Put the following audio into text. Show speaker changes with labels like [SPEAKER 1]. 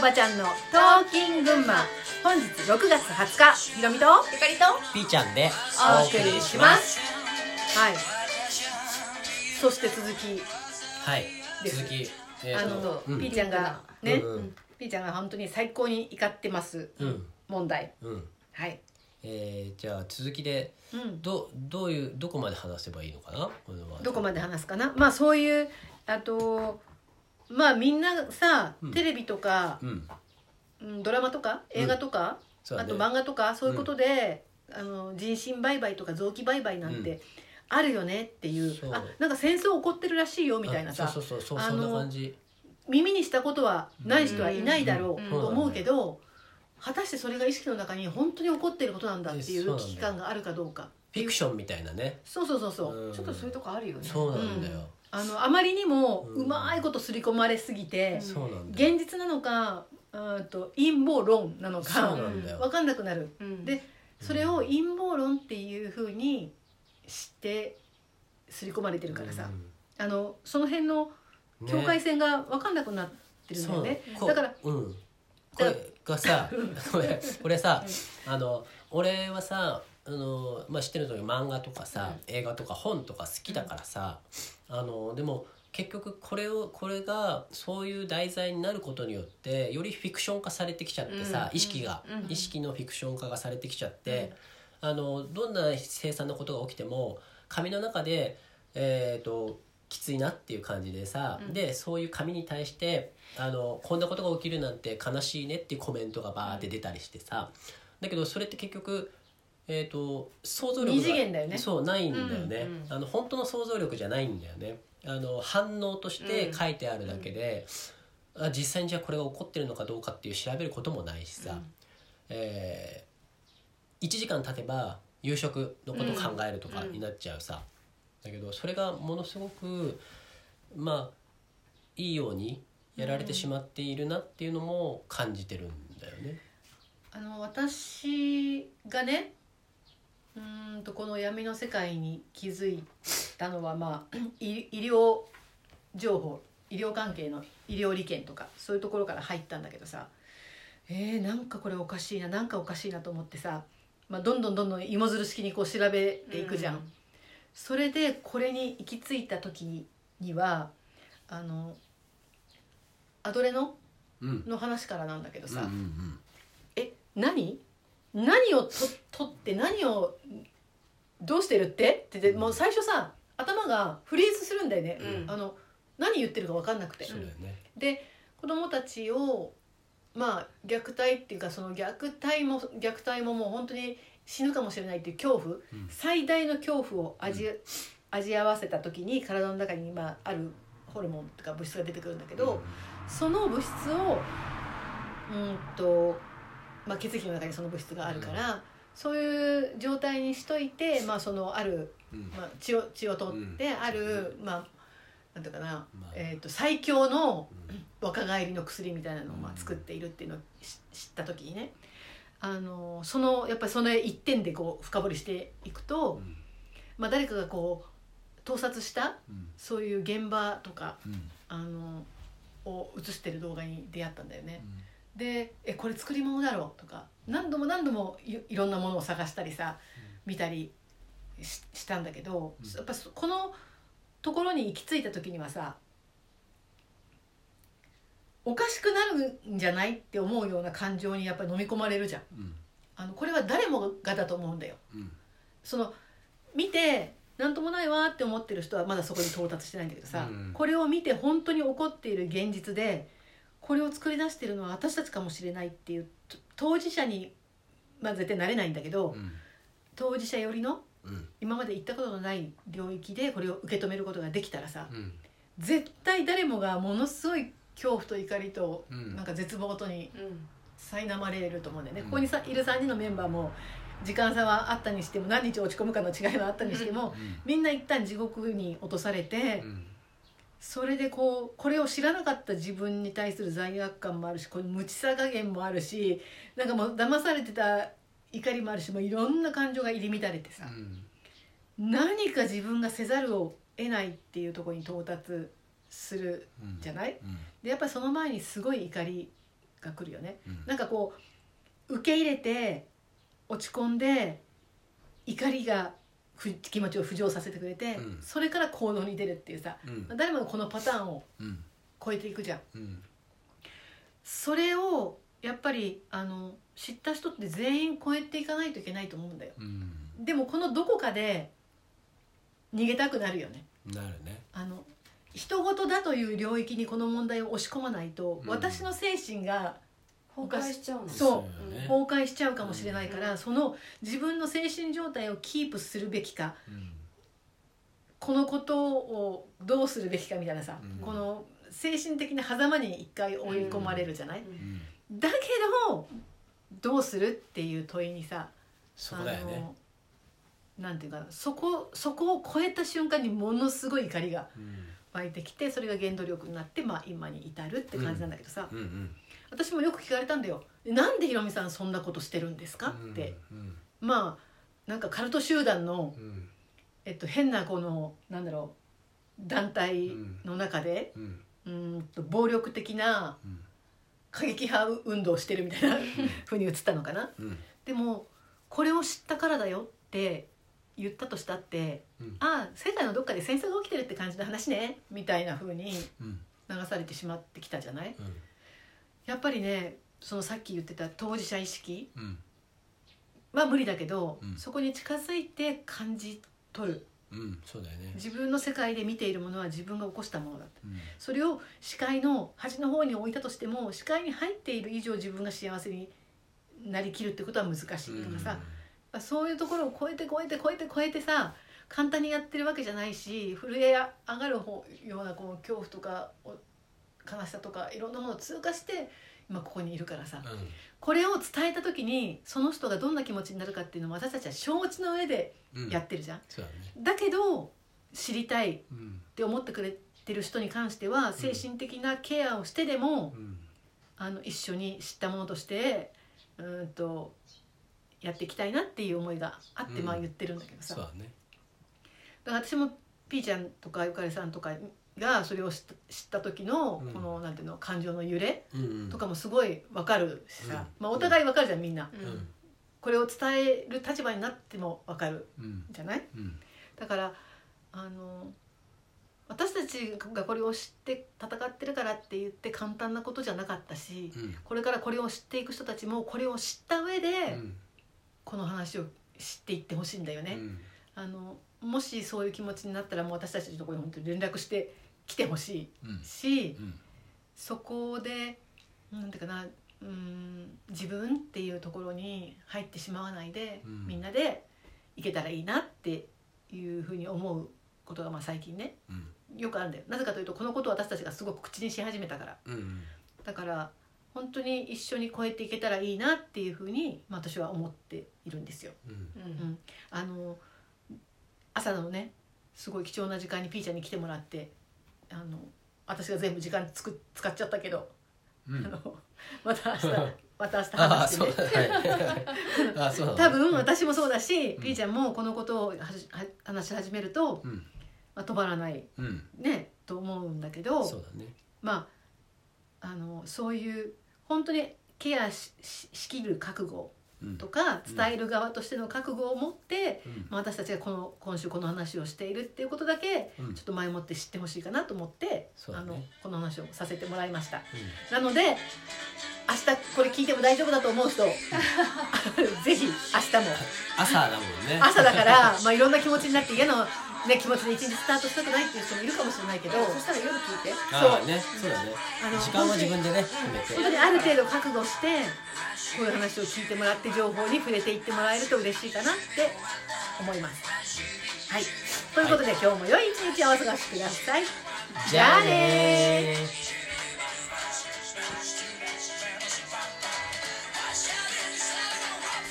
[SPEAKER 1] ばちゃんのトーキングマ本日6月20日ひろみと
[SPEAKER 2] ゆかりと
[SPEAKER 3] ピーちゃんで
[SPEAKER 2] お送りします
[SPEAKER 1] はいそして続き
[SPEAKER 3] はい
[SPEAKER 1] です
[SPEAKER 3] 続きえ
[SPEAKER 1] あ
[SPEAKER 3] ー
[SPEAKER 1] の、
[SPEAKER 3] とうん
[SPEAKER 1] ピーちゃんがね、
[SPEAKER 3] うんうん
[SPEAKER 1] ピーちゃんが本当に最高に怒ってます
[SPEAKER 3] うん
[SPEAKER 1] 問題
[SPEAKER 3] うん
[SPEAKER 1] はい、
[SPEAKER 3] えーじゃあ続きで
[SPEAKER 1] うん、
[SPEAKER 3] どどういうどこまで話せばいいのかなこのワード
[SPEAKER 1] どこまで話すかなまあそういうあとまあみんなさ、
[SPEAKER 3] うん
[SPEAKER 1] テレビとか、
[SPEAKER 3] うん
[SPEAKER 1] うん、ドラマとか映画とか、
[SPEAKER 3] そうだ
[SPEAKER 1] あ
[SPEAKER 3] ね
[SPEAKER 1] と漫画とかそういうことで、あの人身売買とか臓器売買なん
[SPEAKER 3] う
[SPEAKER 1] てあるよねっていう、
[SPEAKER 3] そう
[SPEAKER 1] あなんか戦争起こってるらしいよみたいなさ
[SPEAKER 3] あそうそうそうそう
[SPEAKER 1] あ
[SPEAKER 3] そん
[SPEAKER 1] の
[SPEAKER 3] な感じ
[SPEAKER 1] 耳にしたことはない人はいないだろ
[SPEAKER 2] うん
[SPEAKER 1] うと思うけど、果たしてそれが意識の中に本当に起こっていることなんだってい
[SPEAKER 3] そううなんだ
[SPEAKER 1] 危
[SPEAKER 3] よ
[SPEAKER 1] 機感があるかどうか
[SPEAKER 3] フィクションみたいなね
[SPEAKER 1] そうそうそうそう、
[SPEAKER 3] ん
[SPEAKER 2] ちょっとそういうとこあるよね
[SPEAKER 3] そうなんだよ
[SPEAKER 1] あのあまりにも
[SPEAKER 3] うん
[SPEAKER 1] うまいこと刷り込まれすぎて、
[SPEAKER 2] うん
[SPEAKER 3] そうなんだよ
[SPEAKER 1] 現実なのかうーんと陰謀論なの
[SPEAKER 3] そう
[SPEAKER 1] か
[SPEAKER 3] なんだよ
[SPEAKER 1] 分かんなくなる
[SPEAKER 2] うん
[SPEAKER 1] でそれを陰謀論っていうふうにして刷り込まれてるからさ、あのその辺の
[SPEAKER 3] うんね
[SPEAKER 1] 境界線が分かんなくなってるんだよね
[SPEAKER 3] そう
[SPEAKER 1] だから
[SPEAKER 3] こうんこれがさこれこれさあの俺はさあの、まあ、知ってる通り漫画とかさ、映画とか本とか好きだからさ、あのでも結局これをこれがそういう題材になることによってよりフィクション化されてきちゃってさ、
[SPEAKER 2] うん
[SPEAKER 3] 意識が、
[SPEAKER 2] うん
[SPEAKER 3] 意識のフィクション化がされてきちゃって、あのどんな凄惨なことが起きても紙の中でえー、ときついなっていう感じでさ、
[SPEAKER 2] うん
[SPEAKER 3] でそういう紙に対してあのこんなことが起きるなんて悲しいねっていうコメントがバーって出たりしてさ、だけどそれって結局、えー、と想像力が
[SPEAKER 1] 二次元だよね
[SPEAKER 3] そうないんだよね、
[SPEAKER 2] うんうん
[SPEAKER 3] あの本当の想像力じゃないんだよねあの反応として書いてあるだけで、あ実際にじゃあこれが起こってるのかどうかっていう調べることもないしさ、
[SPEAKER 2] うん
[SPEAKER 3] え1時間経てば夕食のことを考えるとかになっちゃうさ、だけどそれがものすごくまあいいようにやられてしまっているなっていうのも感じてるんだよね。
[SPEAKER 1] あの私がねうーんとこの闇の世界に気づいたのは、まあ、 医医療情報医療関係の医療利権とかそういうところから入ったんだけどさえー、なんかこれおかしいななんかおかしいなと思ってさ、まあ、どんどんどんどん芋づる式にこう調べていくじゃん。それでこれに行き着いた時にはあのアドレノ
[SPEAKER 3] うん
[SPEAKER 1] の話からなんだけどさ、
[SPEAKER 3] うんうん
[SPEAKER 1] え何何をと取って何をどうしてるってってでもう最初さ頭がフリーズするんだよね、
[SPEAKER 2] うん
[SPEAKER 1] あの何言ってるか分かんなく
[SPEAKER 3] うん
[SPEAKER 1] て
[SPEAKER 3] そうだよね。
[SPEAKER 1] で子供たちをまあ虐待っていうかその虐待も虐待ももう本当に死ぬかもしれないっていう恐怖、
[SPEAKER 3] うん
[SPEAKER 1] 最大の恐怖を味,、味合わせた時に体の中に今あるホルモンとか物質が出てくるんだけど、その物質をうんと、まあ、血液の中にその物質があるから、そういう状態にしといて、まあ、そのある、
[SPEAKER 3] うん
[SPEAKER 1] まあ、血を血を取って、ある、まあなんていうかな、
[SPEAKER 3] まあ
[SPEAKER 1] えー、と最強の
[SPEAKER 3] うん
[SPEAKER 1] 若返りの薬みたいなのをまあ
[SPEAKER 3] うん
[SPEAKER 1] 作っているっていうのをし知った時にねあのそのやっぱりその一点でこう深掘りしていくと、
[SPEAKER 3] うん
[SPEAKER 1] まあ、誰かがこう盗撮した
[SPEAKER 3] うん
[SPEAKER 1] そういう現場とか
[SPEAKER 3] うん
[SPEAKER 1] あのを映してる動画に出会ったんだよ
[SPEAKER 3] う
[SPEAKER 1] ね。
[SPEAKER 3] ん
[SPEAKER 1] で「えこれ作り物だろ」とか何度も何度もいいろんなものを探したりさ見たりししたんだけど、
[SPEAKER 3] うん
[SPEAKER 1] やっぱそこのところに行き着いた時にはさおかしくなるんじゃないって思うような感情にやっぱり飲み込まれるじゃん。
[SPEAKER 3] うん
[SPEAKER 1] あのこれは誰もがだと思うんだよ。
[SPEAKER 3] うん
[SPEAKER 1] その見て何ともないわって思ってる人はまだそこに到達してないんだけどさ、
[SPEAKER 3] うん
[SPEAKER 1] これを見て本当に起こっている現実でこれを作り出してるのは私たちかもしれないっていうと当事者に、まあ、絶対なれないんだけど、
[SPEAKER 3] うん
[SPEAKER 1] 当事者寄りの
[SPEAKER 3] うん
[SPEAKER 1] 今まで行ったことのない領域でこれを受け止めることができたらさ、
[SPEAKER 3] うん
[SPEAKER 1] 絶対誰もがものすごい恐怖と怒りと
[SPEAKER 3] うん
[SPEAKER 1] なんか絶望とに
[SPEAKER 2] うん
[SPEAKER 1] 苛まれると思うんだよね、
[SPEAKER 3] うん
[SPEAKER 1] ここにさいる3人のメンバーも時間差はあったにしても何日落ち込むかの違いはあったにしても、
[SPEAKER 3] うん
[SPEAKER 1] みんな一旦地獄に落とされて、
[SPEAKER 3] うん
[SPEAKER 1] それでこうこれを知らなかった自分に対する罪悪感もあるしこう無知さ加減もあるしなんかもう騙されてた怒りもあるしもういろんな感情が入り乱れてさ、
[SPEAKER 3] うん
[SPEAKER 1] 何か自分がせざるを得ないっていうところに到達する
[SPEAKER 3] うん
[SPEAKER 1] じゃない
[SPEAKER 3] うん
[SPEAKER 1] でやっぱりその前にすごい怒りが来るよね。
[SPEAKER 3] うん
[SPEAKER 1] なんかこう受け入れて落ち込んで怒りがふ気持ちを浮上させてくれて、
[SPEAKER 3] うん
[SPEAKER 1] それから行動に出るっていうさ
[SPEAKER 3] うん
[SPEAKER 1] 誰もがこのパターンを
[SPEAKER 3] うん
[SPEAKER 1] 超えていくじゃん。
[SPEAKER 3] うん
[SPEAKER 1] それをやっぱりあの知った人って全員超えていかないといけないと思うんだよ。
[SPEAKER 3] うん
[SPEAKER 1] でもこのどこかで逃げたくなるよね。
[SPEAKER 3] なるね
[SPEAKER 1] あの人事だという領域にこの問題を押し込まないと、
[SPEAKER 3] うん
[SPEAKER 1] 私の精神が
[SPEAKER 2] 崩壊しちゃうの
[SPEAKER 1] そう
[SPEAKER 3] よね
[SPEAKER 1] 崩壊しちゃうかもしれないから、
[SPEAKER 2] うん
[SPEAKER 1] その自分の精神状態をキープするべきか
[SPEAKER 3] うん
[SPEAKER 1] このことをどうするべきかみたいなさ、
[SPEAKER 3] うん
[SPEAKER 1] この精神的な狭間に一回追い込まれるじゃない、
[SPEAKER 2] うん
[SPEAKER 3] うん
[SPEAKER 1] だけどどうするっていう問いにさ
[SPEAKER 3] そこだよね
[SPEAKER 1] のなんていうかなそこそこを超えた瞬間にものすごい怒りが
[SPEAKER 3] うん
[SPEAKER 1] 湧いてきてそれが原動力になって、まあ、今に至るって感じなんだけどさ、
[SPEAKER 3] うんうん
[SPEAKER 1] 私もよく聞かれたんだよ「なんでひろみさんそんなことしてるんですか?」って、
[SPEAKER 3] うん
[SPEAKER 1] まあなんかカルト集団の、
[SPEAKER 3] うん
[SPEAKER 1] えっと、変なこのなんだろう団体の中で、
[SPEAKER 3] うん
[SPEAKER 1] うーんと暴力的な
[SPEAKER 3] うん
[SPEAKER 1] 過激派運動をしてるみたいな風に映ったのかな。
[SPEAKER 3] うん
[SPEAKER 1] でもこれを知ったからだよって言ったとしたって、
[SPEAKER 3] うん
[SPEAKER 1] ああ世界のどっかで戦争が起きてるって感じの話ねみたいな風に
[SPEAKER 3] うん
[SPEAKER 1] 流されてしまってきたじゃない
[SPEAKER 3] うん
[SPEAKER 1] やっぱりねそのさっき言ってた当事者意識
[SPEAKER 3] うん
[SPEAKER 1] は無理だけど、
[SPEAKER 3] うん
[SPEAKER 1] そこに近づいて感じ取る
[SPEAKER 3] うんそうだよね
[SPEAKER 1] 自分の世界で見ているものは自分が起こしたものだって
[SPEAKER 3] うん
[SPEAKER 1] それを視界の端の方に置いたとしても視界に入っている以上自分が幸せになりきるってことは難しいとかさ、まあそういうところを超えて超えて超えて超えてさ簡単にやってるわけじゃないし震え上がる方ようなこう恐怖とかお悲しさとかいろんなものを通過して今ここにいるからさ
[SPEAKER 3] うんうん
[SPEAKER 1] これを伝えた時にその人がどんな気持ちになるかっていうのも私たちは承知の上で
[SPEAKER 3] うん
[SPEAKER 1] やってるじゃん。
[SPEAKER 3] そうだね
[SPEAKER 1] だけど知りたいっ
[SPEAKER 3] うん
[SPEAKER 1] て思ってくれてる人に関しては精神的なケアをしてでも、
[SPEAKER 3] うん
[SPEAKER 1] あの一緒に知ったものとしてうーんとやっていきたいなっていう思いがあって、
[SPEAKER 3] うん
[SPEAKER 1] まあ言ってるんだけどさ
[SPEAKER 3] そう
[SPEAKER 1] だか
[SPEAKER 3] だね
[SPEAKER 1] ら私もピーちゃんとかゆかりさんとかがそれを知った知った時の
[SPEAKER 3] うん
[SPEAKER 1] この、なんていうの感情の揺れ
[SPEAKER 3] うんうん
[SPEAKER 1] とかもすごいわかるしさ、
[SPEAKER 3] うん
[SPEAKER 1] まあ、お互いわかるじゃんみんな
[SPEAKER 2] う
[SPEAKER 3] うん
[SPEAKER 2] ん
[SPEAKER 1] これを伝える立場になってもわかる
[SPEAKER 3] うん
[SPEAKER 1] じゃない
[SPEAKER 3] うん
[SPEAKER 1] だからあの私たちがこれを知って戦ってるからって言って簡単なことじゃなかったし、
[SPEAKER 3] うん
[SPEAKER 1] これからこれを知っていく人たちもこれを知った上で
[SPEAKER 3] うん
[SPEAKER 1] この話を知っていってほしいんだよね、
[SPEAKER 3] うん
[SPEAKER 1] あのもしそういう気持ちになったらもう私たちのところに本当に連絡して来てほし
[SPEAKER 3] うん
[SPEAKER 1] いし
[SPEAKER 3] うん
[SPEAKER 1] そこでなんていうかなうん自分っていうところに入ってしまわないで、
[SPEAKER 3] うん
[SPEAKER 1] みんなでいけたらいいなっていうふうに思うことがまあ最近ね
[SPEAKER 3] うん
[SPEAKER 1] よくあるんだよなぜかというとこのことを私たちがすごく口にし始めたから
[SPEAKER 3] うん
[SPEAKER 1] だから本当に一緒に超えていけたらいいなっていうふうに、まあ、私は思っているんですよ。
[SPEAKER 3] うん
[SPEAKER 2] うん
[SPEAKER 1] あの朝のねすごい貴重な時間にピーちゃんに来てもらってあの私が全部時間つく使っちゃったけど、
[SPEAKER 3] う
[SPEAKER 1] あ
[SPEAKER 3] ん
[SPEAKER 1] のまた明日また明日
[SPEAKER 3] ああ
[SPEAKER 1] 話して
[SPEAKER 3] そう
[SPEAKER 1] ね
[SPEAKER 3] だはいあそうだ
[SPEAKER 1] 多分私もそうだし、
[SPEAKER 3] うん
[SPEAKER 1] ピーちゃんもこのことをはじは話し始めると、
[SPEAKER 3] うん
[SPEAKER 1] まあ、止まらない
[SPEAKER 3] うん
[SPEAKER 1] ねと思うんだけど
[SPEAKER 3] そうだね
[SPEAKER 1] まああのそういう本当にケアしししきる覚悟
[SPEAKER 3] うん
[SPEAKER 1] とか伝える側としての覚悟を持って、
[SPEAKER 3] うん
[SPEAKER 1] まあ、私たちがこの今週この話をしているっていうことだけ
[SPEAKER 3] うん
[SPEAKER 1] ちょっと前もって知ってほしいかなと思って、
[SPEAKER 3] そう
[SPEAKER 1] あ
[SPEAKER 3] だね
[SPEAKER 1] のこの話をさせてもらいましたなので明日これ聞いても大丈夫だと思う人 ぜひ明日も
[SPEAKER 3] 朝だもんね
[SPEAKER 1] 朝だ から、まあ、いろんな気持ちになって嫌な、ね、気持ちで一日スタートしたくないっていう人もいるかもしれないけど
[SPEAKER 2] そしたら夜聞いて
[SPEAKER 3] ああねそうだね
[SPEAKER 1] あの
[SPEAKER 3] 時間は自分でね決
[SPEAKER 1] 本
[SPEAKER 3] め
[SPEAKER 1] 当
[SPEAKER 3] て
[SPEAKER 1] にある程度覚悟してこういう話を聞いてもらって情報に触れていってもらえると嬉しいかなって思います。はい、ということで、今日も良い一日をお過ごしください。
[SPEAKER 3] じゃあねー